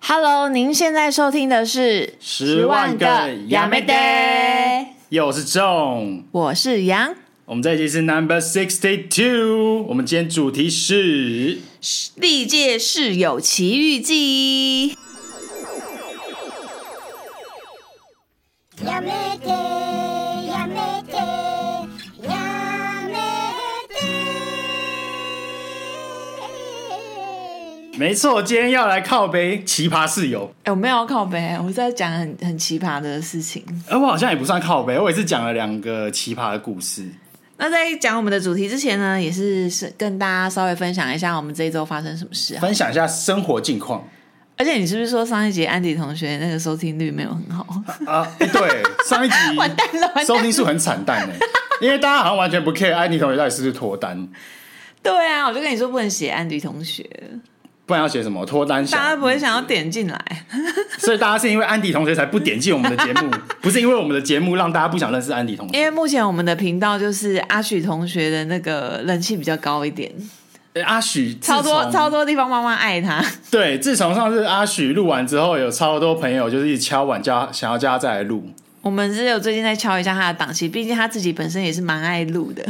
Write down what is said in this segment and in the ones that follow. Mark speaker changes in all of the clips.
Speaker 1: Hello，您现在收听的是
Speaker 2: 十万个亚美得，又是中，
Speaker 1: 我是杨。
Speaker 2: 我们这一集是 Number Sixty Two，我们今天主题是
Speaker 1: 历届室友奇遇记，
Speaker 3: やめてやめてやめて
Speaker 2: 没错，今天要来靠背奇葩室友。
Speaker 1: 哎、我没有要靠背，我在讲很很奇葩的事情。
Speaker 2: 而呃我好像也不算靠背，我也是讲了两个奇葩的故事。
Speaker 1: 那在讲我们的主题之前呢，也是是跟大家稍微分享一下我们这一周发生什么事啊。
Speaker 2: 分享一下生活近况
Speaker 1: 而且你是不是说上一集安迪同学那个收听率没有很 好？
Speaker 2: 啊，对，上一集
Speaker 1: 完蛋了完蛋了
Speaker 2: 收听数很惨淡哎，因为大家好像完全不 care 安妮同学到底是不是脱单，
Speaker 1: 对啊，我就跟你说不能写安迪同学，
Speaker 2: 不然要写什么脱单小
Speaker 1: 大家不会想要点进来。
Speaker 2: 所以大家是因为安迪同学才不点进我们的节目，不是因为我们的节目让大家不想认识安迪同
Speaker 1: 因
Speaker 2: 学。
Speaker 1: 为目前我们的频道就是阿许同学的那个人气比较高一点，
Speaker 2: 呃阿许自
Speaker 1: 超多
Speaker 2: 从
Speaker 1: 超多地方妈妈爱他。
Speaker 2: 对，自从上次阿许录完之后，有超多朋友就是一直敲碗叫想要叫他再来录。
Speaker 1: 我们只有最近在敲一下他的档期，毕竟他自己本身也是蛮爱录的。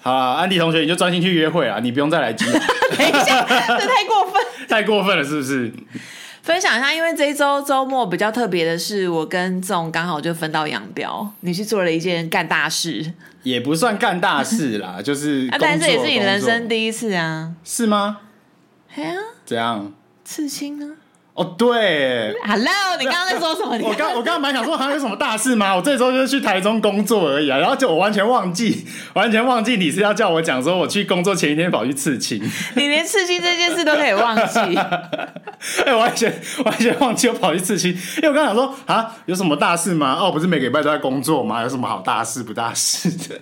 Speaker 2: 好啦，安迪同学你就专心去约会啊啦，你不用再来激我，
Speaker 1: 等一下，这太过分。
Speaker 2: 太过分了是不是？
Speaker 1: 分享一下，因为这一周周末比较特别的是，我跟仲刚好就分道扬镳，你去做了一件干大事，
Speaker 2: 也不算干大事啦，就是
Speaker 1: 啊
Speaker 2: 工，作、
Speaker 1: 但是也是你人
Speaker 2: 工
Speaker 1: 生
Speaker 2: 作
Speaker 1: 第一次啊。
Speaker 2: 是吗？
Speaker 1: 哎呀，
Speaker 2: 怎样？
Speaker 1: 刺青呢
Speaker 2: 哦，对，
Speaker 1: ？Hello，你刚刚在说什么？你
Speaker 2: 我刚我刚刚蛮想说，好像有什么大事吗？我这周就是去台中工作而已啊，然后就我完全忘记，完全忘记你是要叫我讲说我去工作前一天跑去刺青，
Speaker 1: 你连刺青这件事都可以忘记，
Speaker 2: 哎、我完全完全忘记我跑去刺青，因为我刚想说啊，有什么大事吗？哦，不是每个礼拜都在工作吗？有什么好大事不大事的？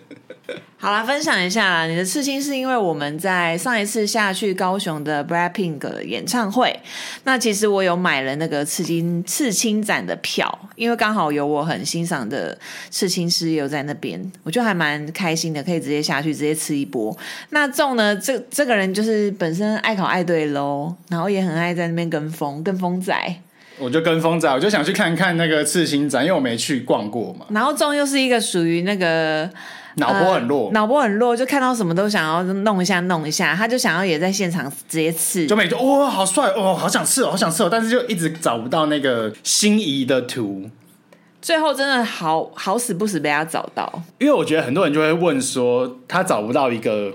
Speaker 1: 好啦，分享一下啦，你的刺青是因为我们在上一次下去高雄的 Blackpink 的演唱会，那其实我有买了那个刺青刺青展的票，因为刚好有我很欣赏的刺青师也有在那边，我就还蛮开心的，可以直接下去直接吃一波。那仲呢，这这个人就是本身爱考爱对喽，然后也很爱在那边跟风跟风仔，
Speaker 2: 我就跟风仔，我就想去看看那个刺青展，因为我没去逛过嘛，
Speaker 1: 然后仲又是一个属于那个
Speaker 2: 脑波很弱，
Speaker 1: 呃脑波很弱，就看到什么都想要弄一下弄一下，他就想要也在现场直接刺
Speaker 2: 就。每天哇、好帅哦，好想吃哦，好想吃哦，但是就一直找不到那个心仪的图。
Speaker 1: 最后真的好好死不死被他找到，
Speaker 2: 因为我觉得很多人就会问说，他找不到一个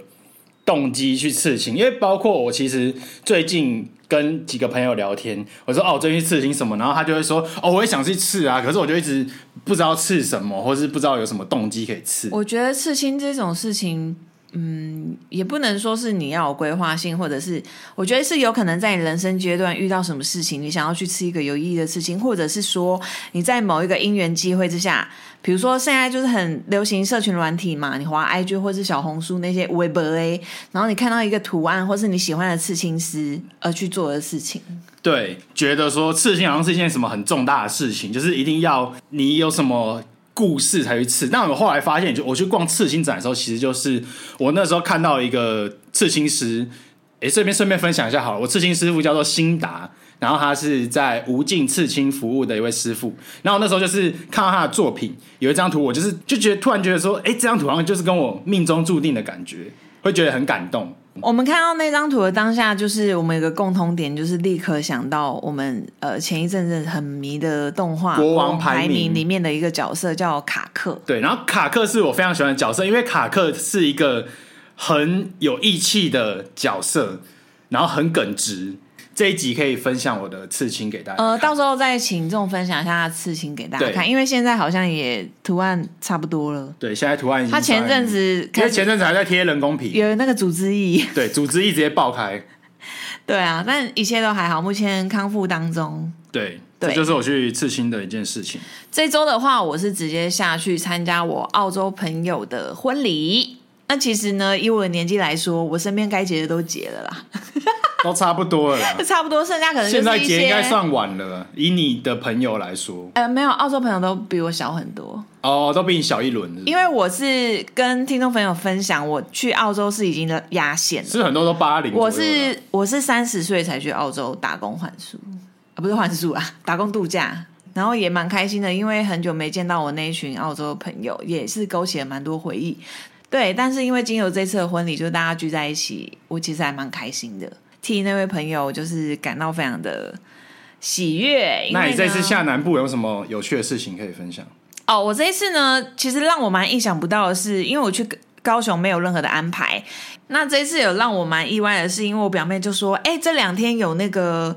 Speaker 2: 动机去刺青，因为包括我其实最近跟几个朋友聊天，我说哦，我最近去刺青什么，然后他就会说哦，我也想去刺啊，可是我就一直不知道刺什么，或是不知道有什么动机可以刺。
Speaker 1: 我觉得刺青这种事情。嗯，也不能说是你要有规划性，或者是我觉得是有可能在你人生阶段遇到什么事情，你想要去吃一个有意义的事情，或者是说你在某一个因缘机会之下，比如说现在就是很流行社群软体嘛，你滑 IG 或是小红书那些微博 A，然后你看到一个图案或是你喜欢的刺青师而去做的事情。
Speaker 2: 对，觉得说刺青好像是一件什么很重大的事情，就是一定要你有什么故事才去刺。但我后来发现，就我去逛刺青展的时候，其实就是我那时候看到一个刺青师，诶，这边顺便分享一下好了，我刺青师傅叫做辛达。然后他是在无尽刺青服务的一位师傅，然后那时候就是看到他的作品有一张图，我就是就觉得突然觉得说，诶，这张图好像就是跟我命中注定的感觉，会觉得很感动。
Speaker 1: 我们看到那张图的当下，就是我们有个共同点，就是立刻想到我们呃前一阵子很迷的动画《
Speaker 2: 国王排
Speaker 1: 排名
Speaker 2: 名》
Speaker 1: 里面的一个角色叫卡克。
Speaker 2: 对，然后卡克是我非常喜欢的角色，因为卡克是一个很有义气的角色，然后很耿直。这一集可以分享我的刺青给大家。
Speaker 1: 呃，到时候再请众分享一下他的刺青给大家
Speaker 2: 对
Speaker 1: 看，因为现在好像也图案差不多了。
Speaker 2: 对，现在图案已经
Speaker 1: 他前阵
Speaker 2: 上
Speaker 1: 子
Speaker 2: 来了，因
Speaker 1: 开
Speaker 2: 为
Speaker 1: 始
Speaker 2: 前阵子还在贴人工皮，
Speaker 1: 有那个组织意，
Speaker 2: 对，组织一直接爆开。
Speaker 1: 对啊，但一切都还好，目前康复当中。
Speaker 2: 对，
Speaker 1: 对
Speaker 2: 这就是我去刺青的一件事情。
Speaker 1: 这周的话，我是直接下去参加我澳洲朋友的婚礼。那其实呢，以我的年纪来说，我身边该结的都结了啦，，
Speaker 2: 都差不多了啦
Speaker 1: 差不多剩下 可能就
Speaker 2: 现在
Speaker 1: 是一
Speaker 2: 结应该
Speaker 1: 些。
Speaker 2: 算晚了。以你的朋友来说，
Speaker 1: 呃，没有，澳洲朋友都比我小很多，
Speaker 2: 哦，都比你小一轮，是不是
Speaker 1: 因为我是跟听众朋友分享，我去澳洲是已经压线了。
Speaker 2: 是很多都八零。
Speaker 1: 我是我是三十岁才去澳洲打工换宿，啊不是换宿啊，打工度假，然后也蛮开心的，因为很久没见到我那一群澳洲朋友，也是勾起了蛮多回忆。对，但是因为经由这次的婚礼，就大家聚在一起，我其实还蛮开心的，替那位朋友就是感到非常的喜悦。因为
Speaker 2: 那你这
Speaker 1: 呢
Speaker 2: 次下南部有什么有趣的事情可以分享？
Speaker 1: 哦，我这一次呢，其实让我蛮意想不到的是，因为我去高雄没有任何的安排。那这一次有让我蛮意外的是，因为我表妹就说：“哎、这两天有那个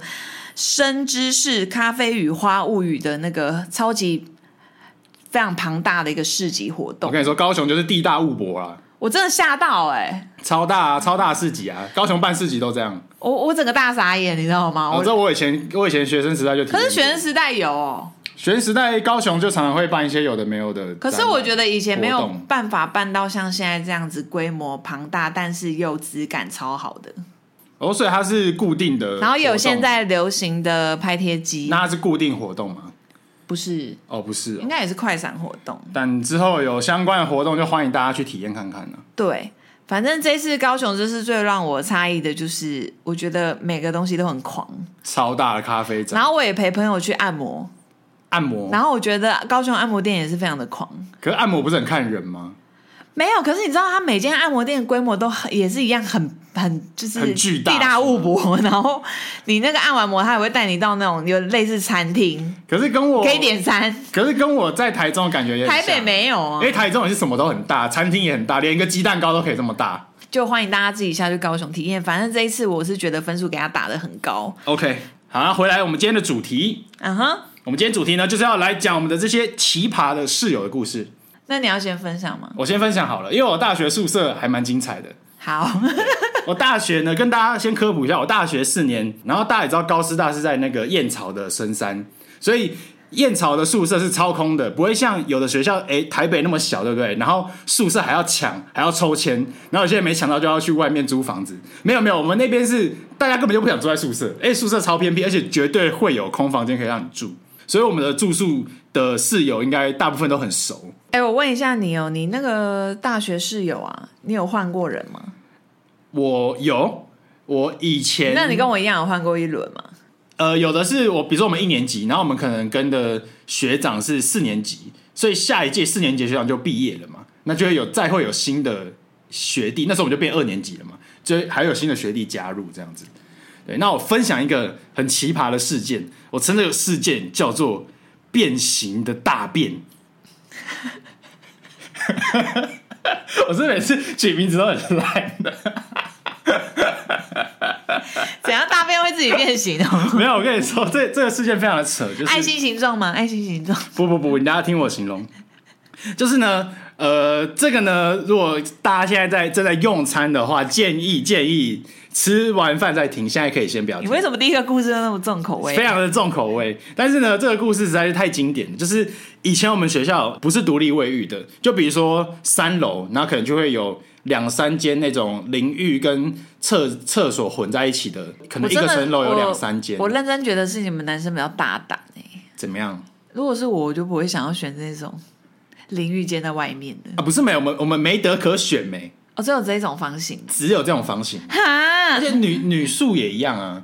Speaker 1: 生知识咖啡与花物语的那个超级非常庞大的一个市集活
Speaker 2: 我
Speaker 1: 动。
Speaker 2: 跟你说，高雄就是地大物博啦，”
Speaker 1: 我真的吓到哎、
Speaker 2: 超大、啊、超大市集啊，高雄办市集都这样。
Speaker 1: 我我整个大傻眼，你知道吗？
Speaker 2: 哦我
Speaker 1: 我
Speaker 2: 这我以前我以前学生时代就体验
Speaker 1: 可
Speaker 2: 过，
Speaker 1: 是学生时代有哦，
Speaker 2: 学生时代高雄就常常会办一些有的没有的展览。
Speaker 1: 可是我觉得以前没有
Speaker 2: 活动
Speaker 1: 办法办到像现在这样子规模庞大，但是又质感超好的。
Speaker 2: 哦，所以它是固定的活动，
Speaker 1: 然后也有现在流行的拍贴机，
Speaker 2: 那它是固定活动吗？
Speaker 1: 不是，
Speaker 2: 哦，不是、哦
Speaker 1: 应，该也是快闪活动。
Speaker 2: 但之后有相关的活动就欢迎大家去体验看看啊呢、
Speaker 1: 对，反正这次高雄就是最让我诧异的，就是我觉得每个东西都很狂。
Speaker 2: 超大的咖啡展
Speaker 1: 然，后我也陪朋友去按摩，
Speaker 2: 哦按摩，
Speaker 1: 然后我觉得高雄按摩店也是非常的狂。
Speaker 2: 可是按摩不是很看人吗？
Speaker 1: 没有，可是你知道，它每间按摩店的规模都很也是一样很，很就是
Speaker 2: 很巨大
Speaker 1: 地大物博。然后你那个按完摩，它也会带你到那种有类似餐厅，
Speaker 2: 可是跟我
Speaker 1: 可以点餐。
Speaker 2: 可是跟我在台中的感觉也很
Speaker 1: 台北
Speaker 2: 像，
Speaker 1: 没有啊
Speaker 2: 因，为台中也是什么都很大，餐厅也很大，连一个鸡蛋糕都可以这么大。
Speaker 1: 就欢迎大家自己下去高雄体验。反正这一次我是觉得分数给他打的很高，
Speaker 2: OK，好，那回来我们今天的主题，
Speaker 1: 嗯哼。
Speaker 2: 我们今天主题呢就是要来讲我们的这些奇葩的室友的故事。
Speaker 1: 那你要先分享吗？
Speaker 2: 我先分享好了，因为我大学宿舍还蛮精彩的。
Speaker 1: 好，
Speaker 2: 我大学呢，跟大家先科普一下，我大学四年，然后大家也知道高师大是在那个燕巢的深山，所以燕巢的宿舍是超空的，不会像有的学校，诶，台北那么小，对不对？然后宿舍还要抢，还要抽签，然后有些人没抢到就要去外面租房子。没有没有，我们那边是大家根本就不想住在宿舍，哎诶，宿舍超偏僻，而且绝对会有空房间可以让你住，所以我们的住宿的室友应该大部分都很熟。
Speaker 1: 哎、我问一下你哦，你那个大学室友啊，你有换过人吗？
Speaker 2: 我有，我以前
Speaker 1: 那你跟我一样有换过一轮吗？
Speaker 2: 呃，有的是我，比如说我们一年级，然后我们可能跟的学长是四年级，所以下一届四年级的学长就毕业了嘛，那就会有再会有新的学弟，那时候我们就变二年级了嘛，就还有新的学弟加入这样子。对，那我分享一个很奇葩的事件，我称这个事件叫做“变形的大便”。 我是每次取名字都很烂 的，
Speaker 1: 怎样大便会自己变形哦？
Speaker 2: 没有，我跟你说，这这个事件非常的扯，就 是
Speaker 1: 爱心形状吗？爱心形状，
Speaker 2: 不不不，你大家听我形容，就是呢，呃，这个呢，如果大家现在在正在用餐的话，建议建议吃完饭再停，现在可以先不 要
Speaker 1: 你
Speaker 2: 停。
Speaker 1: 为什么第一个故事都那么重口味
Speaker 2: 非？常的重口味，但是呢，这个故事实在是太经典了。就是以前我们学校不是独立卫浴的，就比如说三楼，然后可能就会有两三间那种淋浴跟厕厕所混在一起的，可
Speaker 1: 我
Speaker 2: 能一
Speaker 1: 真
Speaker 2: 个
Speaker 1: 的
Speaker 2: 层楼有
Speaker 1: 我
Speaker 2: 两三间
Speaker 1: 我。认真觉得是你们男生比较大胆哎、
Speaker 2: 怎么样？
Speaker 1: 如果是我，我就不会想要选那种淋浴间在外面的
Speaker 2: 啊，不是没有，我们我们没得可选没、
Speaker 1: 哦，只有这一种方形
Speaker 2: 只有这种房型。
Speaker 1: 哈
Speaker 2: 而且女女宿也一样啊，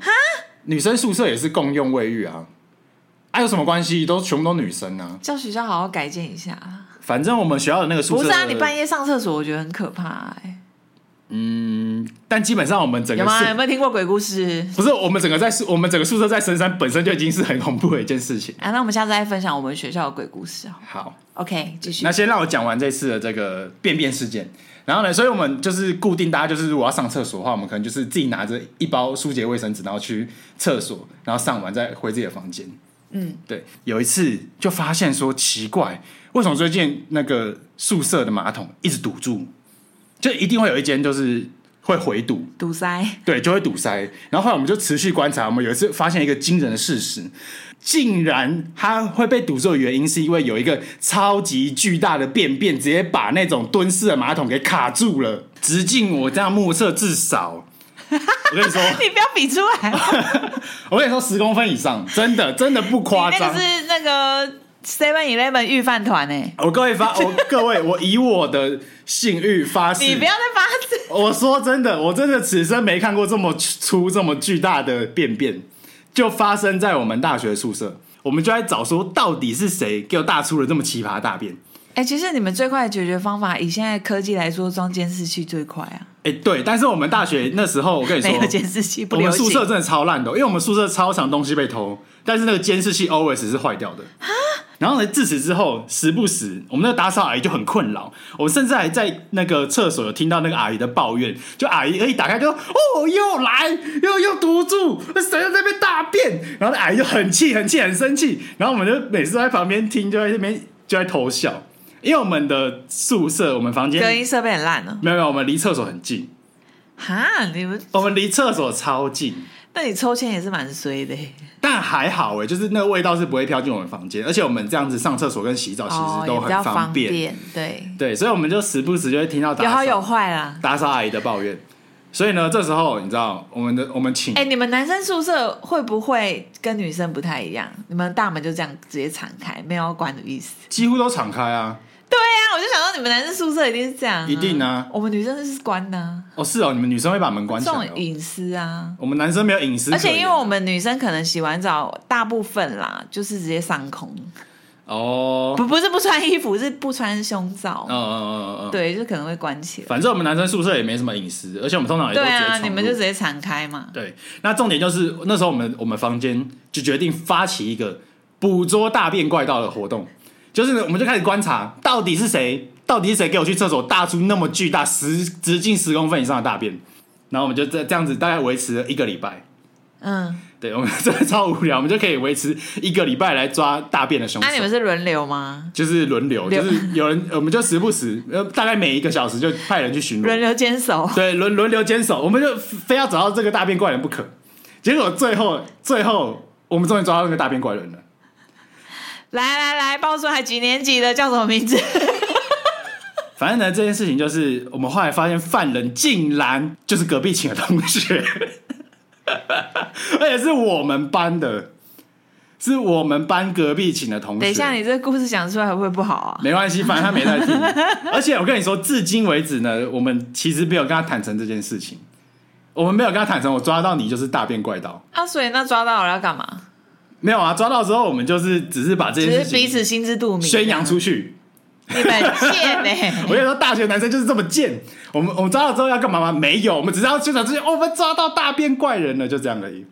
Speaker 2: 女生宿舍也是共用卫浴啊，啊有什么关系？都全部都女生啊，
Speaker 1: 叫学校好好改建一下。
Speaker 2: 反正我们学校的那个宿舍
Speaker 1: 不是啊，你半夜上厕所，我觉得很可怕、欸。
Speaker 2: 嗯，但基本上我们整
Speaker 1: 有
Speaker 2: 个
Speaker 1: 吗？有
Speaker 2: 是，
Speaker 1: 没有听过鬼故事？
Speaker 2: 不是我们整个在宿，我们整个宿舍在深山本身就已经是很恐怖的一件事情。
Speaker 1: 啊，那我们下次再分享我们学校的鬼故事哦。
Speaker 2: 好，
Speaker 1: OK，继续
Speaker 2: 那。先让我讲完这次的这个便便事件。然后呢，所以我们就是固定，大家就是如果要上厕所的话，我们可能就是自己拿着一包舒洁卫生纸，然后去厕所，然后上完再回自己的房间。嗯，对。有一次就发现说奇怪，为什么最近那个宿舍的马桶一直堵住？就一定会有一间就是会回堵，
Speaker 1: 堵塞，
Speaker 2: 对，就会堵塞。然后后来我们就持续观察，我们有一次发现一个惊人的事实，竟然它会被堵住的原因是因为有一个超级巨大的便便直接把那种蹲式的马桶给卡住了，直径我这样目测 至少，我跟你说，
Speaker 1: 你不要比出来，你
Speaker 2: 我跟你说十公分以上，真的真的不夸
Speaker 1: 那
Speaker 2: 张
Speaker 1: 个。是那个 Seven Eleven 预饭团哎，
Speaker 2: 我各位发，我各位，我以我的性欲发誓，
Speaker 1: 你不要再发 誓。
Speaker 2: 我说真的，我真的此生没看过这么粗、这么巨大的便便，就发生在我们大学宿舍，我们就在找说到底是谁给我大出了这么奇葩的大便。
Speaker 1: 哎、其实你们最快的解决方法，以现在科技来说，装监视器最快啊。
Speaker 2: 哎、对，但是我们大学那时候，我跟你说，
Speaker 1: 嗯没有监视器不
Speaker 2: 我
Speaker 1: 流
Speaker 2: 们宿舍
Speaker 1: 行，
Speaker 2: 真的超烂的，哦因为我们宿舍超常东西被偷，但是那个监视器 always 是坏掉的。然后呢，自此之后，时不时我们那个打扫阿姨就很困扰，我们甚至还在那个厕所有听到那个阿姨的抱怨，就阿姨一打开就说：“哦，又来，又又堵住，谁又在那边大便？”然后那阿姨就很气、很气、很生气，然后我们就每次都在旁边听，就在那边就在偷笑，因为我们的宿舍，我们房间
Speaker 1: 隔音设备很烂呢、
Speaker 2: 没有没有，我们离厕所很近，
Speaker 1: 哈，你们，
Speaker 2: 我们离厕所超近。
Speaker 1: 那你抽签也是蛮衰的、欸。
Speaker 2: 但还好哎、就是那个味道是不会飘进我们房间，而且我们这样子上厕所跟洗澡其
Speaker 1: 哦，
Speaker 2: 实
Speaker 1: 也
Speaker 2: 都
Speaker 1: 比
Speaker 2: 很
Speaker 1: 较
Speaker 2: 方
Speaker 1: 便，对，
Speaker 2: 对，所以我们就时不时就会听到打
Speaker 1: 有好
Speaker 2: 扫
Speaker 1: 有坏啦。
Speaker 2: 打扫阿姨的抱怨。所以呢，这时候你知道我们的我们寝、
Speaker 1: 哎、你们男生宿舍会不会跟女生不太一样？你们大门就这样直接敞开，没有要关的意思。
Speaker 2: 几乎都敞开啊。
Speaker 1: 对啊，我就想说你们男生宿舍一定是这样、
Speaker 2: 一定啊
Speaker 1: 我们女生就是关呢、
Speaker 2: 哦，是哦，你们女生会把门关
Speaker 1: 这
Speaker 2: 起来、
Speaker 1: 种
Speaker 2: 哦。
Speaker 1: 隐私啊。
Speaker 2: 我们男生没有隐私可
Speaker 1: 而
Speaker 2: 言，
Speaker 1: 且因为我们女生可能洗完澡，大部分啦就是直接上空，
Speaker 2: 哦，
Speaker 1: 不不是不穿衣服，是不穿胸罩，
Speaker 2: 嗯嗯嗯嗯嗯，
Speaker 1: 对，就可能会关起来。
Speaker 2: 反正我们男生宿舍也没什么隐私，而且我们通哎常也都
Speaker 1: 对
Speaker 2: 直接
Speaker 1: 啊，
Speaker 2: 闯入
Speaker 1: 你们就直接敞开嘛。
Speaker 2: 对，那重点就是那时候我们我们房间就决定发起一个捕捉大便怪盗的活动，就是呢我们就开始观察到底是谁，到底是谁给我去厕所大出那么巨大十直径十公分以上的大便，然后我们就这这样子大概维持了一个礼拜。
Speaker 1: 嗯，
Speaker 2: 对我们 真的超无聊，我们就可以维持一个礼拜来抓大便的凶手
Speaker 1: 那、，啊你们是轮流吗？
Speaker 2: 就是轮流，就
Speaker 1: 流
Speaker 2: 是有人我们就时不时呃大概每一个小时就派人去巡逻
Speaker 1: 轮，流坚守。
Speaker 2: 对，轮轮流坚守，我们就非要找到这个大便怪人不可。结果最后最后，我们终于抓到那个大便怪人了。
Speaker 1: 来来来，报出来几年级的，叫什么名字？
Speaker 2: 反正呢，这件事情就是我们后来发现犯人竟然就是隔壁寝的同学， 而且是我们班的，是我们班隔壁寝的同学。
Speaker 1: 等一下，你这个故事讲出来会不会不好啊？
Speaker 2: 没关系，反正他没在听。而且我跟你说，至今为止呢，我们其实没有跟他坦诚这件事情，我们没有跟他坦诚，我抓到你就是大便怪盗。
Speaker 1: 啊，所以那抓到了要干嘛？
Speaker 2: 没有啊，抓到之后我们就是只是把这
Speaker 1: 只
Speaker 2: 件事
Speaker 1: 是彼
Speaker 2: 情
Speaker 1: 此心知肚明，
Speaker 2: 宣扬出去。
Speaker 1: 你们贱呢、
Speaker 2: 我跟你说，大学男生就是这么贱。我们我们抓到之后要干嘛吗？没有，我们只是要宣传出去、哦，我们抓到大变怪人了，就这样而已。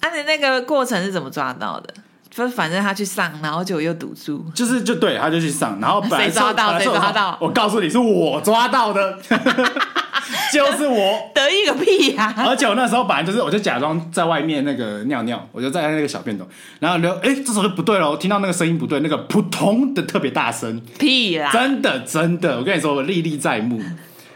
Speaker 1: 啊，你那个过程是怎么抓到的？就是反正他去上，然后就又堵住。
Speaker 2: 就是就对，他就去上，然后本来
Speaker 1: 谁抓到
Speaker 2: 本来是我
Speaker 1: 谁抓到
Speaker 2: 我告诉你，是我抓 到的，就是我。
Speaker 1: 得意个屁啊呀、
Speaker 2: 而且我那时候本来就是，我就假装在外面那个尿尿，我就在那个小便斗，然后就哎、这时候就不对了，我听到那个声音不对，那个扑通的特别大声，
Speaker 1: 屁啦！
Speaker 2: 真的真的，我跟你说，我历历在目。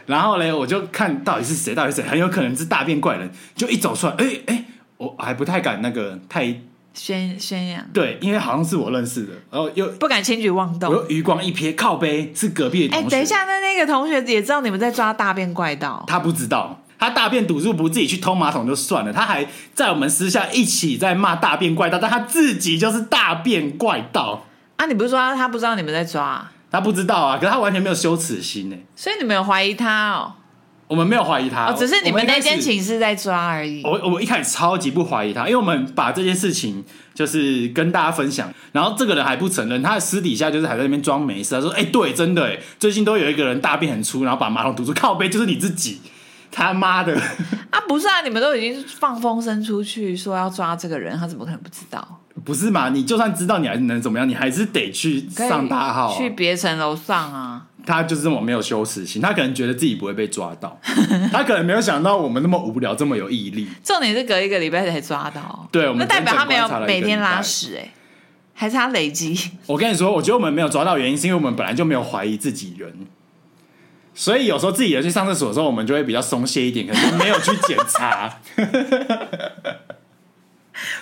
Speaker 2: 然后嘞，我就看到底是谁，到底是谁，很有可能是大便怪人。就一走出来，哎哎，我还不太敢那个太
Speaker 1: 宣宣扬，
Speaker 2: 对，因为好像是我认识的。然后又
Speaker 1: 不敢轻举妄
Speaker 2: 我
Speaker 1: 动。
Speaker 2: 又余光一瞥，靠背是隔壁的
Speaker 1: 哎、
Speaker 2: 同学。
Speaker 1: 等一，下，那那个同学也知道你们在抓大便怪盗，
Speaker 2: 他不知道，他大便堵住不自己去通马桶就算了，他还在我们私下一起在骂大便怪盗，但他自己就是大便怪盗，
Speaker 1: 啊？你不是说他他不知道你们在抓、
Speaker 2: 他不知道啊，可是他完全没有羞耻心呢。
Speaker 1: 所以你们有怀疑他哦？
Speaker 2: 我们没有怀疑他，
Speaker 1: 哦，只是你
Speaker 2: 我
Speaker 1: 们
Speaker 2: 们一开
Speaker 1: 那
Speaker 2: 始
Speaker 1: 间寝室在抓而已。
Speaker 2: 我我一开始超级不怀疑他，因为我们把这件事情就是跟大家分享，然后这个人还不承认，他私底下就是还在那边装没事，他说：“哎、对，真的，哎，最近都有一个人大便很粗，然后把马桶堵住，靠背就是你自己，他妈的，
Speaker 1: 啊，不是啊，你们都已经放风声出去说要抓这个人，他怎么可能不知道？
Speaker 2: 不是嘛？你就算知道你还能怎么样，你还是得去
Speaker 1: 可以
Speaker 2: 上大号啊、
Speaker 1: 去别层楼上啊。
Speaker 2: 他就是这么没有羞耻心，他可能觉得自己不会被抓到，他可能没有想到我们那么无聊，这么有毅力。
Speaker 1: 重点是隔一个礼拜才抓到，啊
Speaker 2: 对我
Speaker 1: 那
Speaker 2: 们
Speaker 1: 代表他没有
Speaker 2: 整整观察了一个
Speaker 1: 每天
Speaker 2: 礼拜
Speaker 1: 拉屎哎、还是他累积？
Speaker 2: 我跟你说，我觉得我们没有抓到原因，是因为我们本来就没有怀疑自己人，所以有时候自己人去上厕所的时候，我们就会比较松懈一点，可能就没有去检查。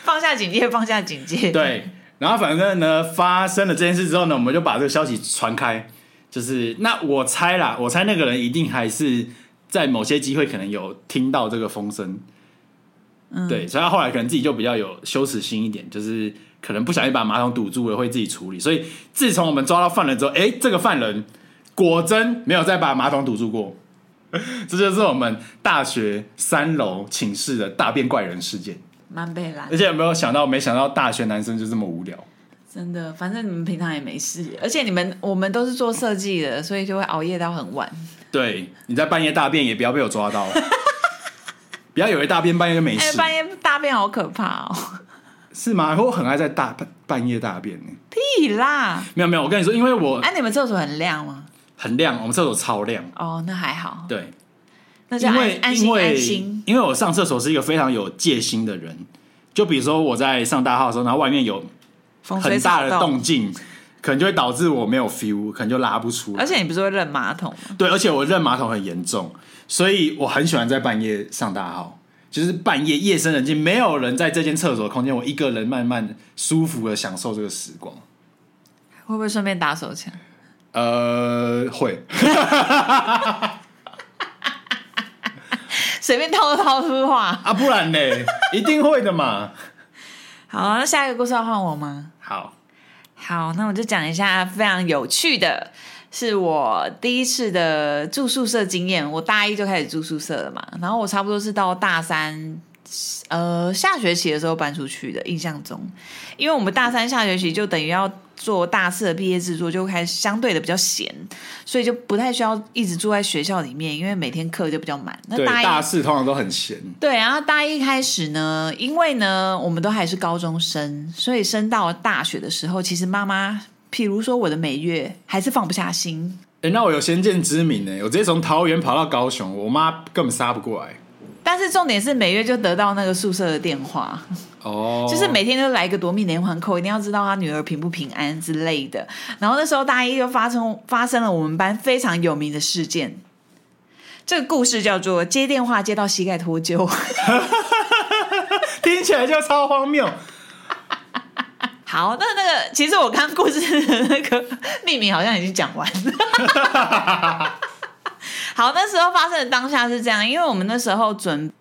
Speaker 1: 放下警戒，放下警戒。，
Speaker 2: 对，然后反正呢，发生了这件事之后呢，我们就把这个消息传开。就是那我猜啦，我猜那个人一定还是在某些机会可能有听到这个风声，
Speaker 1: 嗯
Speaker 2: 对，所以他后来可能自己就比较有羞耻心一点，就是可能不小心把马桶堵住了，会自己处理。所以自从我们抓到犯人之后，哎、这个犯人果真没有再把马桶堵住过。 这就是我们大学三楼寝室的大便怪人事件。
Speaker 1: 蛮被懒
Speaker 2: 而，且有没有想到，没想到大学男生就这么无聊。
Speaker 1: 真的。反正你们平常也没事，而且你们我们都是做设计的，所以就会熬夜到很晚。
Speaker 2: 对，你在半夜大便也不要被我抓到，啊不要以为大便半夜就没
Speaker 1: 哎、
Speaker 2: 事，
Speaker 1: 半夜大便好可怕哦！
Speaker 2: 是吗？我很爱在大半半夜大便呢。
Speaker 1: 屁啦！
Speaker 2: 没有没有，我跟你说，因为我
Speaker 1: 哎、你们厕所很亮吗？
Speaker 2: 很亮，我们厕所超亮。
Speaker 1: 哦，那还好，
Speaker 2: 对，
Speaker 1: 那就
Speaker 2: 因为
Speaker 1: 安安
Speaker 2: 因
Speaker 1: 心安
Speaker 2: 为
Speaker 1: 心。
Speaker 2: 因为我上厕所是一个非常有戒心的人，就比如说我在上大号的时候，然后外面有
Speaker 1: 风吹
Speaker 2: 很大的
Speaker 1: 草
Speaker 2: 动静，可能就会导致我没有 feel，可能就拉不出来。
Speaker 1: 而且你不是会扔马桶吗？
Speaker 2: 对，而且我认马桶很严重，所以我很喜欢在半夜上大号，就是半夜夜深人静，没有人在这间厕所空间，我一个人慢慢舒服的享受这个时光。
Speaker 1: 会不会顺便打手枪？
Speaker 2: 呃，会，
Speaker 1: 随便套套出话。
Speaker 2: 啊，不然呢，一定会的嘛。
Speaker 1: 好，啊那下一个故事要换我吗？
Speaker 2: 好，
Speaker 1: 好，那我就讲一下非常有趣的，是我第一次的住宿舍经验。我大一就开始住宿舍了嘛，然后我差不多是到大三，呃，下学期的时候搬出去的，印象中，因为我们大三下学期就等于要做大四的毕业制作，就开始相对的比较闲，所以就不太需要一直住在学校里面，因为每天课就比较满。那
Speaker 2: 对，
Speaker 1: 大一
Speaker 2: 大四通常都很闲，
Speaker 1: 对，然后大一开始呢，因为呢，我们都还是高中生，所以升到大学的时候，其实妈妈，譬如说我的每月还是放不下心，
Speaker 2: 哎、那我有先见之明呢、我直接从桃园跑到高雄，我妈根本杀不过来。
Speaker 1: 但是重点是每月就得到那个宿舍的电话，
Speaker 2: 哦，
Speaker 1: 就是每天都来一个夺命连环扣，一定要知道他女儿平不平安之类的。然后那时候大一就发生发生了我们班非常有名的事件，这个故事叫做接电话接到膝盖脱臼。
Speaker 2: 听起来就超荒谬。
Speaker 1: 好，那那个其实我刚故事 的那个命名好像已经讲完 了。好，那时候发生的当下是这样，因为我们那时候准，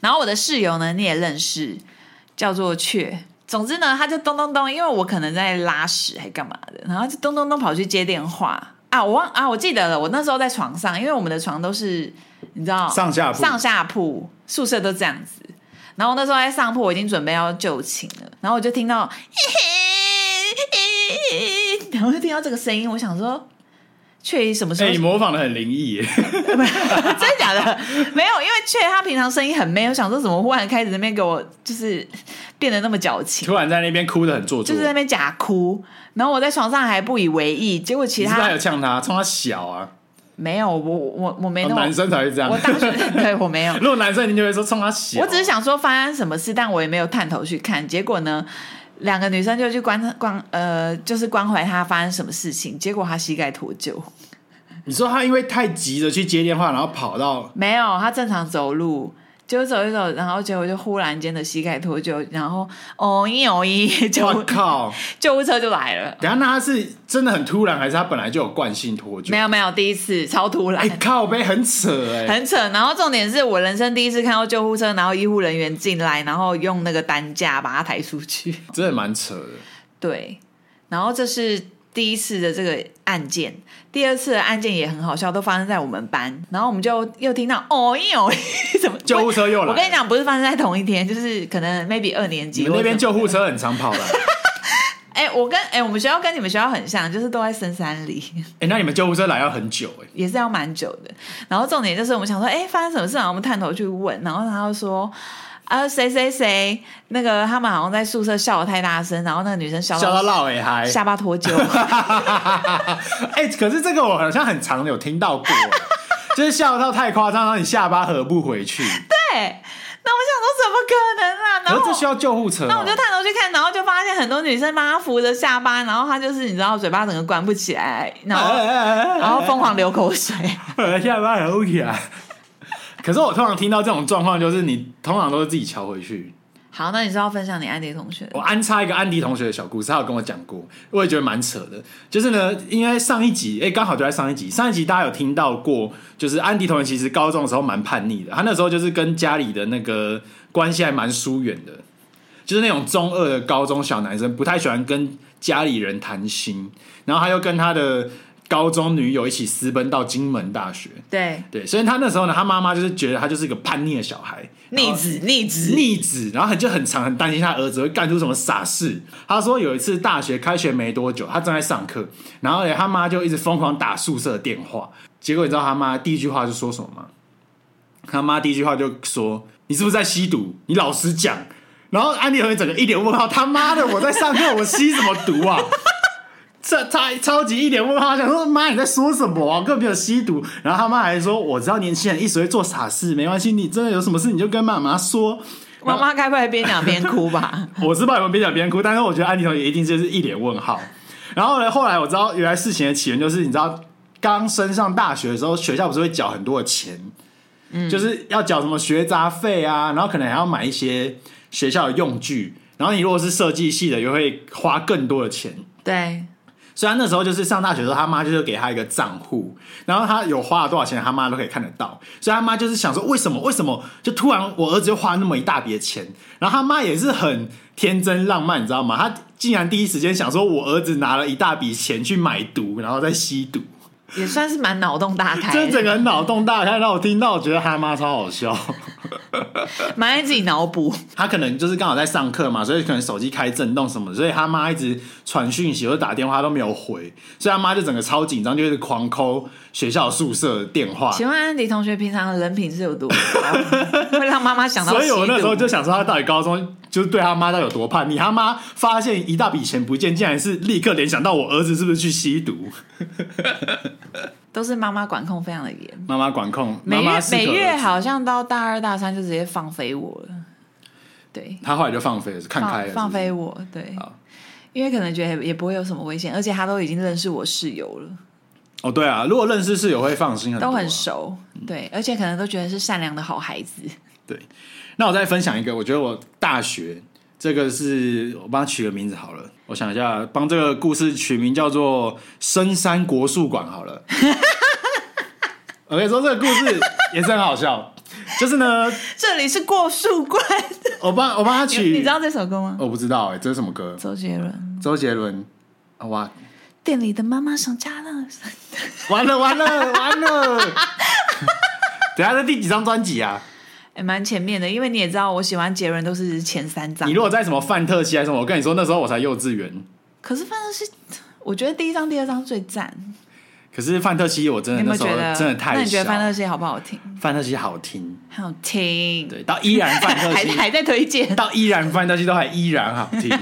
Speaker 1: 然后我的室友呢你也认识，叫做雀。总之呢，他就咚咚咚，因为我可能在拉屎还干嘛的，然后就咚咚咚跑去接电话啊！我忘啊，我记得了，我那时候在床上，因为我们的床都是你知道
Speaker 2: 上下铺
Speaker 1: 上下铺，宿舍都这样子。然后那时候在上铺，我已经准备要就寝了，然后我就听到， 然后就听到这个声音，我想说，雀什么时
Speaker 2: 哎、
Speaker 1: 候
Speaker 2: 你模仿的很灵异耶，
Speaker 1: 真的 假的？没有，因为雀他平常声音很 man，我想说怎么忽然开始那边给我就是变得那么矫情，
Speaker 2: 突然在那边哭的很做作。
Speaker 1: 就是在那边假哭，然后我在床上还不以为意，结果其
Speaker 2: 你是不是还
Speaker 1: 他
Speaker 2: 有呛他，冲他小啊，
Speaker 1: 没有，我我我没那么
Speaker 2: 男，生才会这样
Speaker 1: 我。大学 对我没有，
Speaker 2: 如果男生，你就会说冲他小。
Speaker 1: 我只是，想说发生什么事，但我也没有探头去看。结果呢，两个女生就去关关呃，就是关怀她发生什么事情，结果她膝盖脱臼，
Speaker 2: 你说他因为太急着去接电话，然后跑到
Speaker 1: 没有，她正常走路。就走一走，然后结果就忽然间的膝盖脱臼，然后哦一哦一，
Speaker 2: 我
Speaker 1: 救
Speaker 2: 靠！
Speaker 1: 救护车就来了。
Speaker 2: 等一下那他是真的很突然，还是他本来就有惯性脱臼？
Speaker 1: 没有没有，第一次超突然
Speaker 2: 哎、，靠背很扯哎、
Speaker 1: 很扯。然后重点是我人生第一次看到救护车，然后医护人员进来，然后用那个担架把它抬出去。
Speaker 2: 真的蛮扯的。
Speaker 1: 对，然后这是第一次的这个案件，第二次的案件也很好笑，都发生在我们班。然后我们就又 听到哦咦哦咦，怎么
Speaker 2: 救护车又来了
Speaker 1: 我跟你讲，不是发生在同一天，就是可能 maybe 二年级
Speaker 2: 你们那边
Speaker 1: 或者什么
Speaker 2: 救护车很常跑来，
Speaker 1: 哎、我跟哎、我们学校跟你们学校很像，就是都在深山里。
Speaker 2: 哎、那你们救护车来要很久哎、
Speaker 1: 也是要蛮久的。然后重点就是我们想说，哎，发生什么事？然后我们探头去问，然后他就说。啊，谁谁谁，那个他们好像在宿舍笑的太大声，然后那个女生笑
Speaker 2: 笑到
Speaker 1: 到
Speaker 2: 落哎嗨。
Speaker 1: 下巴脱臼，
Speaker 2: 哎、可是这个我好像很常有听到过，就是笑到太夸张，让你下巴合不回去。
Speaker 1: 对，那我想说怎么可能啊？然
Speaker 2: 可是这需
Speaker 1: 后
Speaker 2: 要救护车、哦。
Speaker 1: 那我就探头去看，然后就发现很多女生帮她扶着下巴，然后她就是你知道嘴巴整个关不起来，然
Speaker 2: 哎
Speaker 1: 后然
Speaker 2: 然
Speaker 1: 后疯狂流口水。
Speaker 2: 狂下巴合不起来。 可是我通常听到这种状况，就是你通常都是自己瞧回去。
Speaker 1: 好，那你是要分享你安迪同学的？
Speaker 2: 我安插一个安迪同学的小故事，他有跟我讲过，我也觉得蛮扯的。就是呢，因为上一集，哎、刚好就在上一集，上一集大家有听到过，就是安迪同学其实高中的时候蛮叛逆的，他那时候就是跟家里的那个关系还蛮疏远的，就是那种中二的高中小男生，不太喜欢跟家里人谈心，然后他又跟他的。高中女友一起私奔到金门大学。
Speaker 1: 对，
Speaker 2: 对，所以他那时候呢，他妈妈就是觉得他就是一个叛逆的小孩，
Speaker 1: 逆子逆子，
Speaker 2: 逆子，然后很就很常很担心他儿子会干出什么傻事。他说有一次大学开学没多久，他正在上课，然后嘞他妈就一直疯狂打宿舍电话，结果你知道他妈第一句话就说什么吗？他妈第一句话就说：“你是不是在吸毒？你老实讲。”然后安迪同学整个一脸问号：“他妈的，我在上课，我吸什么毒啊？”这他超级一脸问号，想说妈你在说什么啊？根本没有吸毒。然后他妈还说：“我知道年轻人一时会做傻事，没关系，你真的有什么事你就跟妈妈说。”
Speaker 1: 妈妈该不会边讲边哭 吧？
Speaker 2: 我是不知道有没有边讲边哭，但是我觉得安迪同学一定就是一脸问号。然后呢，后来我知道原来事情的起源就是，你知道刚升上大学的时候，学校不是会缴很多的钱，嗯，就是要缴什么学杂费啊，然后可能还要买一些学校的用具。然后你如果是设计系的，又会花更多的钱。
Speaker 1: 对，
Speaker 2: 虽然那时候就是上大学的时候，他妈就是给他一个账户，然后他有花了多少钱，他妈都可以看得到。所以他妈就是想说，为什么为什么就突然我儿子就花那么一大笔的钱？然后他妈也是很天真浪漫，你知道吗？他竟然第一时间想说，我儿子拿了一大笔钱去买毒，然后再吸毒，
Speaker 1: 也算是蛮脑洞大开
Speaker 2: 这整
Speaker 1: 的，
Speaker 2: 个脑洞大开，让我听到我觉得他妈超好笑。
Speaker 1: 蛮爱自己脑补。
Speaker 2: 他可能就是刚好在上课嘛，所以可能手机开震动什么，所以他妈一直传讯息或者打电话他都没有回，所以他妈就整个超紧张，就是狂抠学校宿舍的电话。
Speaker 1: 请问安迪同学平常的人品是有多高， 会让妈妈想到
Speaker 2: 所
Speaker 1: 吸
Speaker 2: 以我那时候
Speaker 1: 毒？
Speaker 2: 就想说，他啊到底高中就是对他妈到底有多叛逆？他妈发现一大笔钱不见，竟然是立刻联想到我儿子是不是去吸毒？
Speaker 1: 都是妈妈管控非常的严。
Speaker 2: 妈妈管控，
Speaker 1: 每
Speaker 2: 妈
Speaker 1: 月
Speaker 2: 妈适
Speaker 1: 每
Speaker 2: 可而
Speaker 1: 月
Speaker 2: 止，
Speaker 1: 好像到大二大三就直接放飞我了，对，
Speaker 2: 他后来就放飞了，看
Speaker 1: 放
Speaker 2: 开了是不是
Speaker 1: 放飞我，对
Speaker 2: 好，
Speaker 1: 因为可能觉得也不会有什么危险，而且他都已经认识我室友了，
Speaker 2: 哦，对啊，如果认识室友会放心很多、啊，
Speaker 1: 都很熟，对，而且可能都觉得是善良的好孩子。
Speaker 2: 对，那我再分享一个，我觉得我大学这个是我帮他取个名字好了，我想一下，帮这个故事取名叫做“深山国术馆”好了。我跟你说，这个故事也是很好笑，就是呢，
Speaker 1: 这里是过树冠，
Speaker 2: 我帮我帮他 取，
Speaker 1: 你知道这首歌吗？
Speaker 2: 我不知道哎、这是什么歌？
Speaker 1: 周杰伦，
Speaker 2: 周杰伦。啊哇，
Speaker 1: 店里的妈妈想家了，
Speaker 2: 完了完了完了！ 等一下这第几张专辑啊？
Speaker 1: 哎，蛮前面的，因为你也知道我喜欢杰伦都是前三张
Speaker 2: 你，如果在什么范特西还是什么，我跟你说那时候我才幼稚园，
Speaker 1: 可是反正是我觉得第一张、第二张最赞，
Speaker 2: 可是范特西我真
Speaker 1: 你
Speaker 2: 的
Speaker 1: 有没
Speaker 2: 那
Speaker 1: 有
Speaker 2: 时
Speaker 1: 觉
Speaker 2: 候
Speaker 1: 得？
Speaker 2: 真的太小。
Speaker 1: 那你觉得翻那些好不好听？
Speaker 2: 范特西好听，
Speaker 1: 好听，
Speaker 2: 对，到依然范 特
Speaker 1: 还
Speaker 2: 西，
Speaker 1: 还在推荐。
Speaker 2: 到依然范特西都还依然好听。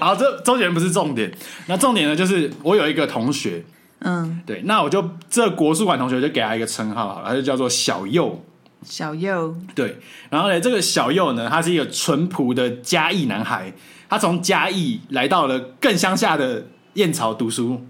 Speaker 2: 好，这周杰伦不是重点，那重点呢就是我有一个同学，
Speaker 1: 嗯，
Speaker 2: 对，那我就这国术馆同学就给他一个称号好了，他就叫做小右。
Speaker 1: 小右
Speaker 2: 对，然后呢，这个小右呢，他是一个淳朴的嘉义男孩，他从嘉义来到了更乡下的燕巢读书。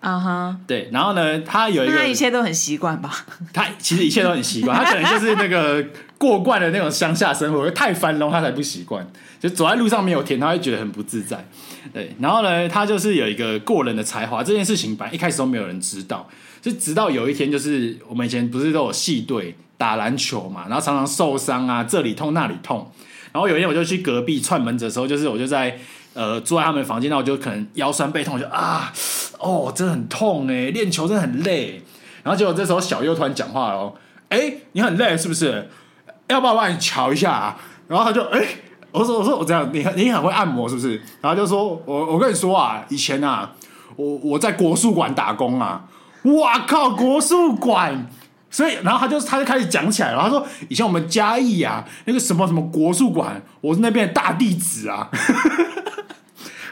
Speaker 1: 啊哈，
Speaker 2: 对，然后呢，他有一
Speaker 1: 那
Speaker 2: 个
Speaker 1: 一切都很习惯吧？
Speaker 2: 他其实一切都很习惯，他可能就是那个过惯了那种乡下生活，太繁荣他才不习惯。就走在路上没有田，他会觉得很不自在。对，然后呢，他就是有一个过人的才华，这件事情本来一开始都没有人知道，就直到有一天，就是我们以前不是都有系队打篮球嘛，然后常常受伤啊，这里痛那里痛。然后有一天我就去隔壁串门子的时候，就是我就在呃坐在他们房间，那我就可能腰酸背痛，我就啊哦，真的很痛哎，练球真的很累。然后结果这时候小右突然讲话了哦，哎，你很累是不是？要不要我帮你瞧一下、啊？然后他就哎、我说我说我这样，你很你很会按摩是不是？然后就说我我跟你说啊，以前啊，我我在国术馆打工啊，哇靠，国术馆。所以，然后他就他就开始讲起来了。他说：“以前我们嘉义啊，那个什么什么国术馆，我是那边的大弟子啊。”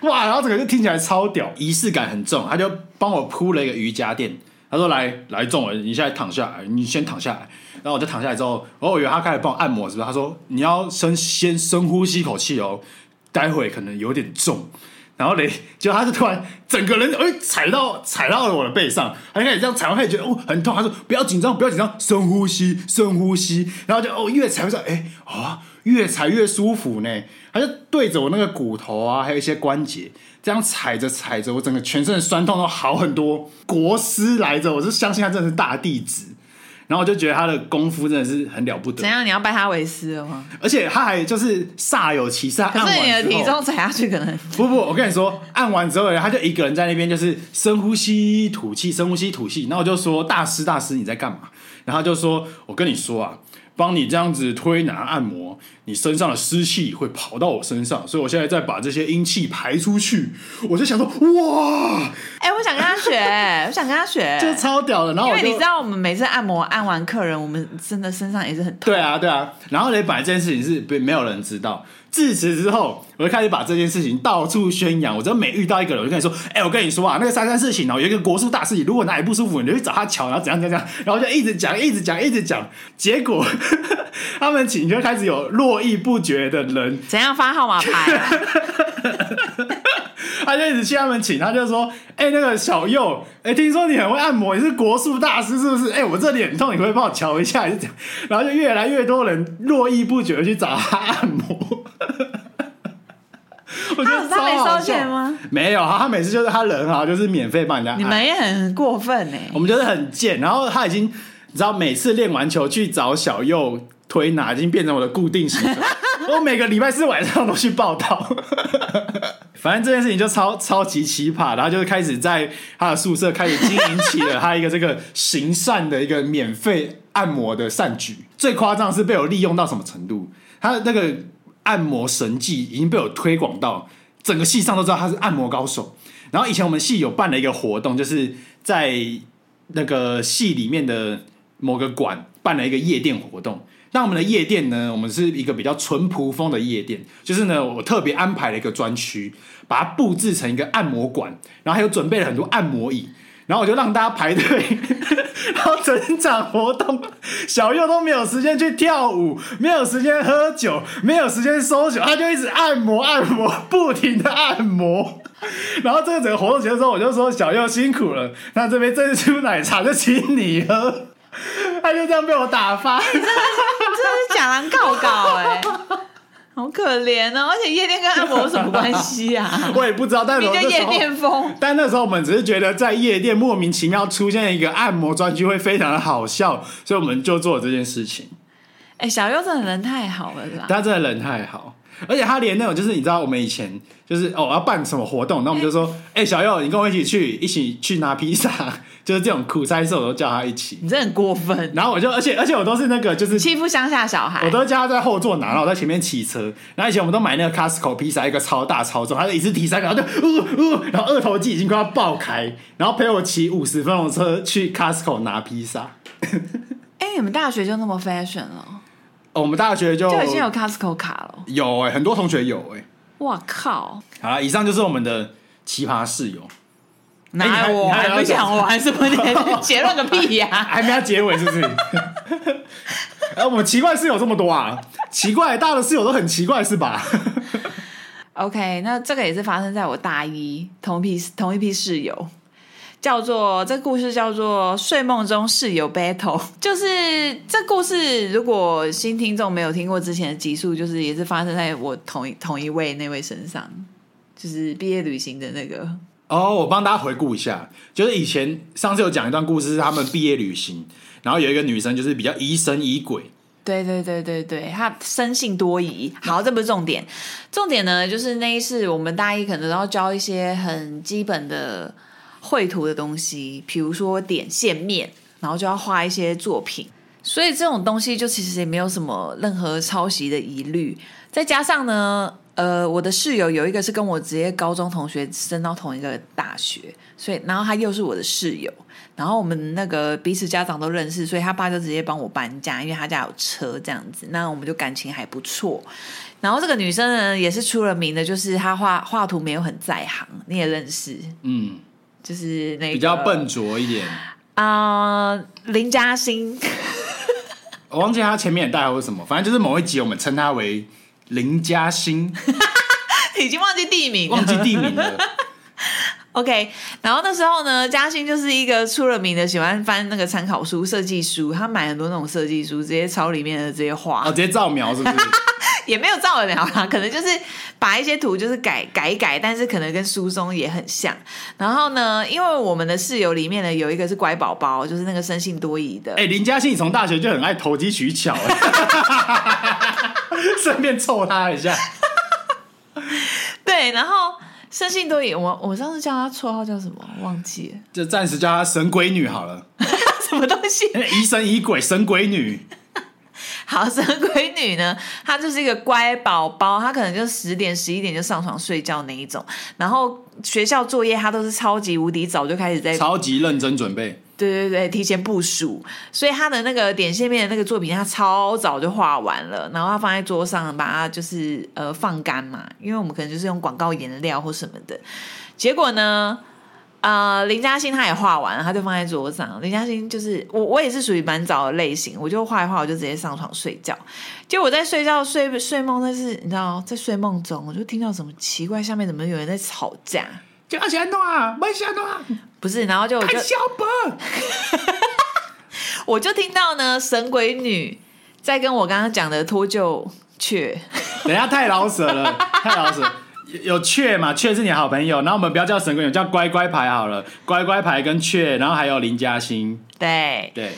Speaker 2: 哇，然后整个就听起来超屌，仪式感很重。他就帮我铺了一个瑜伽垫，他说来来，众人，你现在躺下来，你先躺下来。然后我就躺下来之后，哦，我以为他开始帮我按摩，是不是？他说你要深先深呼吸一口气哦，待会可能有点重。然后嘞，结果他就突然整个人哎踩到踩到了我的背上，他就开始这样踩，我开始觉得哦很痛。他说不要紧张，不要紧张，深呼吸，深呼吸。然后就哦越踩越哎啊、越踩越舒服呢。他就对着我那个骨头啊，还有一些关节，这样踩着踩着，我整个全身的酸痛都好很多。国师来着，我就相信他真的是大弟子。然后我就觉得他的功夫真的是很了不得
Speaker 1: 怎，样？你要拜他为师了吗？
Speaker 2: 而且他还就是煞有其事，他按
Speaker 1: 可
Speaker 2: 完
Speaker 1: 是你的
Speaker 2: 之后
Speaker 1: 体重踩下去可能
Speaker 2: 不不，我跟你说，按完之后呢，他就一个人在那边就是深呼吸吐气，深呼吸吐气。然后我就说：“大师，大师，你在干嘛？”然后他就说：“我跟你说啊，帮你这样子推拿按摩，你身上的湿气会跑到我身上，所以我现在在把这些阴气排出去。”我就想说：“哇，
Speaker 1: 哎、我想跟他学， 我想跟他学，
Speaker 2: 这超屌的！”然后
Speaker 1: 因
Speaker 2: 我
Speaker 1: 为
Speaker 2: 就
Speaker 1: 你知道，我们每次按摩按完客人，我们真的身上也是很痛。
Speaker 2: 对啊，对啊。然后呢，本来这件事情是被没有人知道。自此之后，我就开始把这件事情到处宣扬。我只要每遇到一个人，我就跟你说：“哎、我跟你说啊，那个三三事情哦，有一个国术大师，如果哪里不舒服，你就去找他瞧，然后怎样怎样怎样。”然后就一直讲，一直讲，一直讲。结果 他们请就开始有络绎不绝的人
Speaker 1: 怎样发号码 牌？啊
Speaker 2: 他就一直去他们请，他就说：“哎、那个小右，哎、听说你很会按摩，你是国术大师是不是？哎、我这里很痛，你会帮我瞧一下？”还是怎样？然后就越来越多人络绎不绝的去找他按摩。 我觉得
Speaker 1: 他他没
Speaker 2: 超好
Speaker 1: 收钱
Speaker 2: 笑
Speaker 1: 吗？
Speaker 2: 没有，他每次就是他人好，就是免费帮人家按。
Speaker 1: 你们也很过分 哎、
Speaker 2: 我们就是很贱，然后他已经，你知道，每次练完球去找小右推拿，已经变成我的固定行程。我每个礼拜四晚上都去报道。 反正这件事情就超超级奇葩，然后就开始在他的宿舍开始经营起了他一个这个行善的一个免费按摩的善举。最夸张的是被我利用到什么程度？他的那个按摩神技已经被我推广到整个系上都知道他是按摩高手。然后以前我们系有办了一个活动，就是在那个系里面的某个馆办了一个夜店活动。那我们的夜店呢，我们是一个比较淳朴风的夜店，就是呢，我特别安排了一个专区，把它布置成一个按摩馆，然后还有准备了很多按摩椅，然后我就让大家排队， 然后整场活动小右都没有时间去跳舞，没有时间喝酒，没有时间收酒，他就一直按摩按摩，不停的按摩。 然后这个整个活动结束之后，我就说小右辛苦了，那这边珍珠奶茶就请你喝。他就这样被我打 发，
Speaker 1: 真的是假狼告告哎、 好可怜哦！而且夜店跟按摩有什么关系啊？
Speaker 2: 我也不知道，但是
Speaker 1: 你
Speaker 2: 我
Speaker 1: 就
Speaker 2: 那时
Speaker 1: 夜
Speaker 2: 候
Speaker 1: 店风，
Speaker 2: 但那时候我们只是觉得在夜店莫名其妙出现一个按摩专区会非常的好笑，所以我们就做了这件事情。
Speaker 1: 哎、小优真的人太好了 啦。
Speaker 2: 他真的人太好，而且他连那种就是你知道我们以前就是哦要办什么活动，那我们就说，哎、小佑你跟我一起去，一起去拿披萨， 就是这种苦差事我都叫他一起。
Speaker 1: 你真的很过分，
Speaker 2: 然后我就，而且而且我都是那个就是
Speaker 1: 欺负乡下小孩
Speaker 2: 我。都叫他在后座拿，然后我在前面骑车。然后以前我们都买那个 Costco 披萨，一个超大超重，他就一次提三个，然后就呜呜、然后二头肌已经快要爆开，然后陪我骑五十分钟的车去 Costco 拿披萨。
Speaker 1: 哎、你们大学就那么 fashion 了，
Speaker 2: 哦我们大学就
Speaker 1: 就已经有 Costco 卡了。
Speaker 2: 有哎、很多同学有哎、
Speaker 1: 哇靠！
Speaker 2: 好了，以上就是我们的奇葩室友，你
Speaker 1: 拿
Speaker 2: 还
Speaker 1: 我
Speaker 2: 你还
Speaker 1: 还
Speaker 2: 要
Speaker 1: 不
Speaker 2: 讲
Speaker 1: 讲完什么？你结论个屁呀、
Speaker 2: 还没要结尾是不是？ 哎，我们奇怪室友这么多啊，奇怪大家的室友都很奇怪是吧？
Speaker 1: OK，那这个也是发生在我大一同一批同一批室友，叫做这故事叫做睡梦中室友 battle，就是这故事如果新听众没有听过之前的集数，就是也是发生在我同一同一位那位身上，就是毕业旅行的那个。
Speaker 2: 哦，我帮大家回顾一下，就是以前上次有讲一段故事，是他们毕业旅行，然后有一个女生就是比较疑神疑鬼，
Speaker 1: 对对对对对，他生性多疑。好，这不是重点，重点呢就是那一次我们大一可能都要教一些很基本的绘图的东西，比如说点线面，然后就要画一些作品。所以这种东西就其实也没有什么任何抄袭的疑虑。再加上呢，呃，我的室友有一个是跟我直接高中同学升到同一个大学，所以然后他又是我的室友，然后我们那个彼此家长都认识，所以他爸就直接帮我搬家，因为他家有车这样子。那我们就感情还不错。然后这个女生呢，也是出了名的，就是她画画图没有很在行，你也认识，
Speaker 2: 嗯，
Speaker 1: 就是那个
Speaker 2: 比较笨拙一点。
Speaker 1: 啊、林嘉 欣。
Speaker 2: 我忘记她前面也带过什么，反正就是某一集我们称她为林嘉欣，
Speaker 1: 已经忘记地名了
Speaker 2: 忘记地名了。
Speaker 1: OK，然后那时候呢，嘉欣就是一个出了名的喜欢翻那个参考
Speaker 2: 哦
Speaker 1: 书、设计书，他买很多那种设计书，直接抄里面的直接画。
Speaker 2: 哦，直接造苗是不是？
Speaker 1: 也没有造谣啦，可能就是把一些图就是改改一改，但是可能跟书中也很像。然后呢，因为我们的室友里面呢有一个是乖宝宝，就是那个生性多疑的，
Speaker 2: 哎、林嘉欣从大学就很爱投机取巧、哎 顺便凑他一下。
Speaker 1: 对，然后生性多疑，我我上次叫他绰号叫什么忘记了，
Speaker 2: 就暂时叫她神鬼女好了，哎
Speaker 1: 什么东西？
Speaker 2: 疑神疑鬼，神鬼女。
Speaker 1: 好，神鬼女呢，她就是一个乖宝宝，她可能就十点十一点就上床睡觉那一种，然后学校作业她都是超级无敌早就开始在，
Speaker 2: 超级认真准备，
Speaker 1: 对对对，提前部署，所以她的那个点线面的那个作品，她超早就画完了，然后她放在桌上，把它就是呃放干嘛，因为我们可能就是用广告颜料或什么的，结果呢？呃，林嘉欣她也画完了，她就放在桌上。林嘉欣就是我，我也是属于蛮早的类型，我就画一画，我就直接上床睡觉。结果我在睡觉睡睡梦，但是你知道，在睡梦中，我就听到什么奇怪，下面怎么有人在吵架？
Speaker 2: 就要安弄啊，没安弄啊，
Speaker 1: 不是，然后就我就
Speaker 2: 看小本。
Speaker 1: 我就听到呢，神鬼女在跟我刚刚讲的脱臼雀，
Speaker 2: 等一下太老舍 了，太老舍。有有雀嘛？雀是你的好朋友，然后我们不要叫神鬼女，叫乖乖牌好了。乖乖牌跟雀，然后还有林嘉欣，
Speaker 1: 对，
Speaker 2: 对，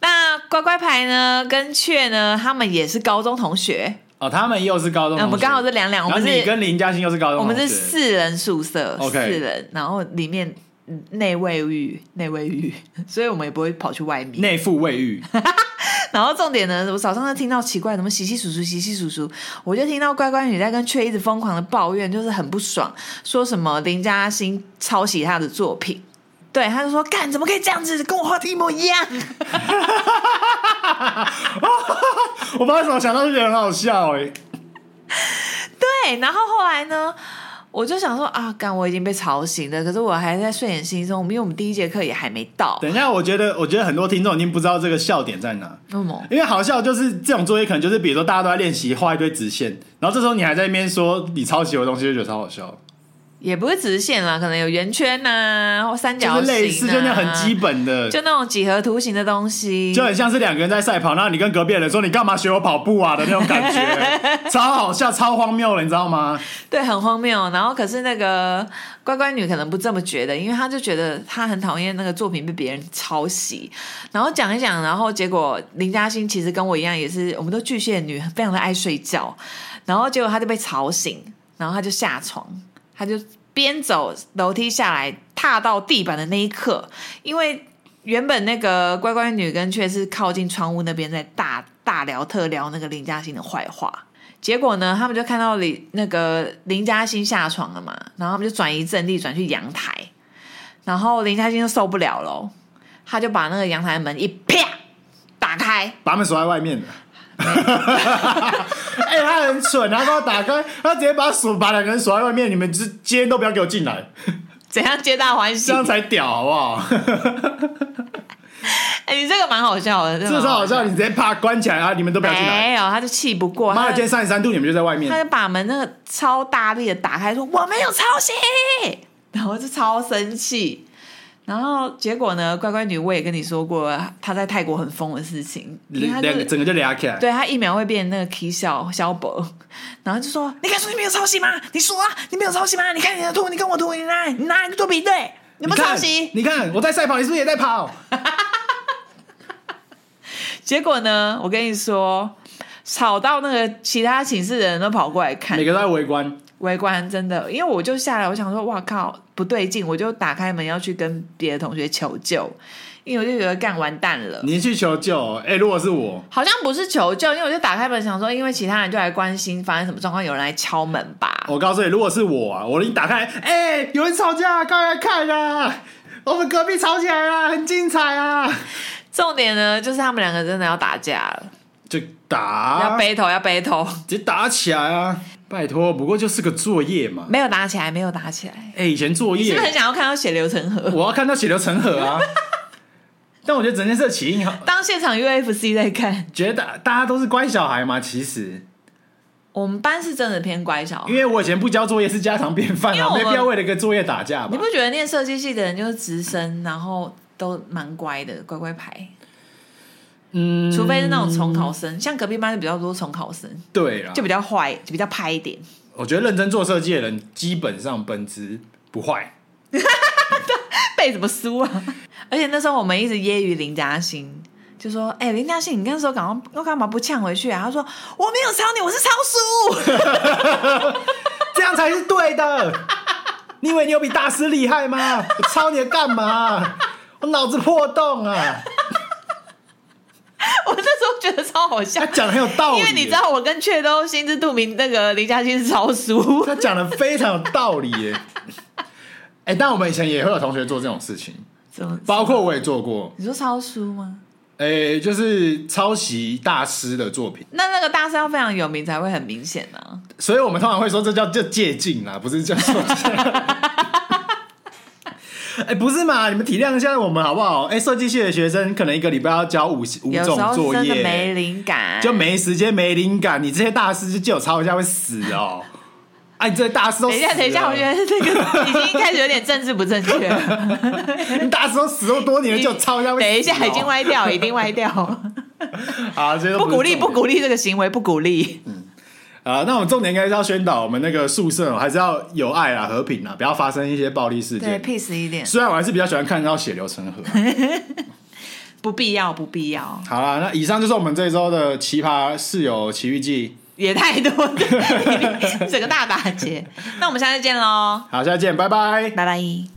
Speaker 1: 那乖乖牌呢跟雀呢，他们也是高中同学，
Speaker 2: 哦，他们又是高中同
Speaker 1: 嗯
Speaker 2: 学，
Speaker 1: 那我们刚好是两两，我
Speaker 2: 然后
Speaker 1: 们
Speaker 2: 你
Speaker 1: 是
Speaker 2: 跟林嘉欣又是高中
Speaker 1: 我
Speaker 2: 同学，
Speaker 1: 们是四人宿舍
Speaker 2: OK
Speaker 1: 四人，然后里面嗯内卫浴，内卫浴， 所以我们也不会跑去外面。
Speaker 2: 内附卫 浴，
Speaker 1: 然后重点呢，我早上就听到奇怪，怎么洗洗簌簌，洗洗簌簌，我就听到乖乖女在跟雀一直疯狂的抱怨，就是很不爽，说什么林嘉欣抄袭她的作品。对，她就说：“干，怎么可以这样子？跟我画的一模一 样。
Speaker 2: 我不知道为什么想到就觉得很好笑哎、”
Speaker 1: 对，然后后来呢，我就想说啊，干，我已经被吵醒了，可是我还在睡眼惺忪，因为我们第一节课也还没到。
Speaker 2: 等一下，我觉得，我觉得很多听众已经不知道这个笑点在哪。
Speaker 1: 为什么？
Speaker 2: 因为好笑就是这种作业，可能就是比如说大家都在练习画一堆直线，然后这时候你还在那边说你抄袭我的东西，就觉得超好笑，
Speaker 1: 也不是直线啦，可能有圆圈呐、或三角
Speaker 2: 就
Speaker 1: 形、啊，
Speaker 2: 是类似就那很基，本的，
Speaker 1: 就那种几何图形的东西。
Speaker 2: 就很像是两个人在赛跑，然后你跟隔壁的人说你干嘛学我跑步啊的那种感 觉，超好笑，超荒谬了，你知道吗？
Speaker 1: 对，很荒谬。然后可是那个乖乖女可能不这么觉得，因为她就觉得她很讨厌那个作品被别人抄袭。然后讲一讲，然后结果林嘉欣其实跟我一样，也是我们都巨蟹女，非常的爱睡觉。然后结果她就被吵醒，然后她就下床，她就边走楼梯下来，踏到地板的那一刻，因为原本那个乖乖女跟却是靠近窗户那边在大大聊特聊那个林嘉欣的坏话。结果呢，他们就看到林那个林嘉欣下床了嘛，然后他们就转移阵地，转去阳台，然后林嘉欣就受不了了哦，他就把那个阳台门一啪打开，
Speaker 2: 把他们锁在 外面的。哎、他很蠢，然后他打开，他直接把锁把两个人锁在外面，你们直今天都不要给我进来，
Speaker 1: 怎样皆大欢喜
Speaker 2: 这？样才屌，好不好？
Speaker 1: 哎、你这个蛮好哎笑的，这
Speaker 2: 这
Speaker 1: 个
Speaker 2: 时
Speaker 1: 蛮
Speaker 2: 候好像你直接啪关起来啊，你们都不要进来。
Speaker 1: 没有，他就气不过，
Speaker 2: 妈
Speaker 1: 他
Speaker 2: 的，今天
Speaker 1: 就
Speaker 2: 三十三度，你们就在外面
Speaker 1: 他。就把门那个超大力的打开，说我没有抄袭，然后就超生气。然后结果呢？乖乖女，我也跟你说过，她在泰国很疯的事情，因为她就
Speaker 2: 两个
Speaker 1: 是
Speaker 2: 整个就俩起来。
Speaker 1: 对他一秒会变那个 K 小小博，然后就说：“你敢说你没有抄袭吗？你说啊，你没有抄袭吗？你看你的图，你跟我图，你拿你拿来做比对，你
Speaker 2: 你
Speaker 1: 们
Speaker 2: 看
Speaker 1: 抄袭。
Speaker 2: 你看我在赛跑，你是不是也在跑？”
Speaker 1: 结果呢，我跟你说，吵到那个其他寝室的人都跑过来看
Speaker 2: 每个都在围观，
Speaker 1: 围观，真的，因为我就下来，我想说，哇靠，不对劲，我就打开门要去跟别的同学求救，因为我就觉得干完蛋了。
Speaker 2: 你去求救。哎、如果是我，
Speaker 1: 好像不是求救，因为我就打开门想说，因为其他人就来关心发生什么状况，有人来敲门吧。
Speaker 2: 我告诉你，如果是我啊，我一打开，哎、有人吵架，快来看啊！我们隔壁吵起来啦，很精彩啊！
Speaker 1: 重点呢，就是他们两个真的要打架了，
Speaker 2: 就打，
Speaker 1: 要 battle，要 battle，
Speaker 2: 直接打起来啊！拜托，不过就是个作业嘛。
Speaker 1: 没有打起来，没有打起来，
Speaker 2: 哎、以前作
Speaker 1: 是
Speaker 2: 业
Speaker 1: 不是很想要看到血流成河？
Speaker 2: 我要看到血流成河啊！ 但我觉得整件事的起因好，
Speaker 1: 当现场 UFC 在看，
Speaker 2: 觉得大家都是乖小孩嘛，其实。
Speaker 1: 我们班是真的偏乖小孩
Speaker 2: 因，为我以前不交作业是家常便饭
Speaker 1: 因为
Speaker 2: 啊，
Speaker 1: 我
Speaker 2: 没
Speaker 1: 们
Speaker 2: 必要为了一个作业打架
Speaker 1: 你
Speaker 2: 吧
Speaker 1: 不？觉得念设计系的人就是直升，然后都蛮乖的，乖乖牌？
Speaker 2: 嗯，
Speaker 1: 除非是那种重考生，像隔壁班就比较多重考生，
Speaker 2: 对啦
Speaker 1: 就，比较坏，就比较拍一点。
Speaker 2: 我觉得认真做设计的人基本上本质不坏。
Speaker 1: 背什么书啊？而且那时候我们一直揶揄林嘉欣，就说：“哎、林嘉欣，你那时候干嘛？我干嘛不呛回去啊？”他说：“我没有抄你，我是抄书。
Speaker 2: 这样才是对的。你以为你有比大师厉害吗？我抄你的干嘛？我脑子破洞啊！”
Speaker 1: 我那时候觉得超好笑
Speaker 2: 他，讲的很有道理，
Speaker 1: 因为你知，道我跟雀都心知肚明，那个林嘉欣是抄书。
Speaker 2: 他讲的非常有道理耶。哎、但我们以前也会有同学做这种事情，
Speaker 1: 怎么？
Speaker 2: 包括我也做 过。
Speaker 1: 你说抄书吗？
Speaker 2: 哎、就是抄袭大师的作品，
Speaker 1: 那那个大师要非常有名才会很明显啊。
Speaker 2: 所以我们通常会说这叫叫借镜啦，不是叫抄袭。 哎、不是嘛？你们体谅一下我们好不好？哎、设计系的学生可能一个礼拜要交五五
Speaker 1: 有时
Speaker 2: 种
Speaker 1: 候
Speaker 2: 作
Speaker 1: 真
Speaker 2: 业，
Speaker 1: 的没灵感，
Speaker 2: 就。没时间、没灵感。你这些大师就借我抄一下会死哦！哎、你这些大师都
Speaker 1: 等一
Speaker 2: 死
Speaker 1: 下，等一下，
Speaker 2: 了
Speaker 1: 我觉得这个已经开始有点政治不正确了。
Speaker 2: 你大师都死那么多年了，
Speaker 1: 你
Speaker 2: 就抄一下会死、哦
Speaker 1: 等一下，已经。歪掉，已经歪掉。
Speaker 2: 好，这些都
Speaker 1: 不鼓励，不
Speaker 2: 励。
Speaker 1: 鼓励这个行为，不鼓励。
Speaker 2: 啊，那我们重点应该是要宣导我们那个宿舍哦还是要有爱啦、和平啦，啊不要发生一些暴力事件。
Speaker 1: ，peace 一点，
Speaker 2: 虽然我还是比较喜欢看到血流成河。
Speaker 1: 不必要，不必要，
Speaker 2: 好啦，那以上就是我们这一周的奇葩室友奇遇记。
Speaker 1: 也太多 了，整个大打劫。那我们下次见喽，
Speaker 2: 好，下次见，拜拜。
Speaker 1: 拜拜。